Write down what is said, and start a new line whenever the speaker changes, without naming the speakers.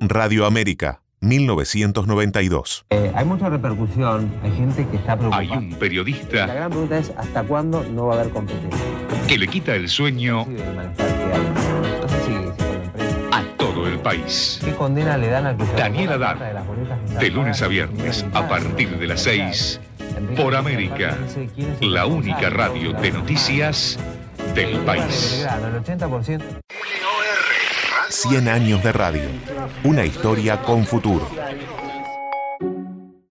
Radio América, 1992.
Eh, hay mucha repercusión, hay gente que está preocupada.
Hay un
La
periodista
gran pregunta es hasta cuándo no va a haber competencia.
que le quita el sueño
Sí, el malestar que hay. No sé si- si con la empresa.
a todo el país.
¿Qué condena le dan al que se
Daniel
robó la
Haddad,
plata de las boletas que
De
está
lunes a
pagando?
viernes,
Enrique
a partir de las
Haddad,
6,
Enrique
por
Haddad,
América,
no sé quién es el
la
responsable,
única radio de
la-
noticias del país.
El 80%
100 años de radio. Una historia con futuro.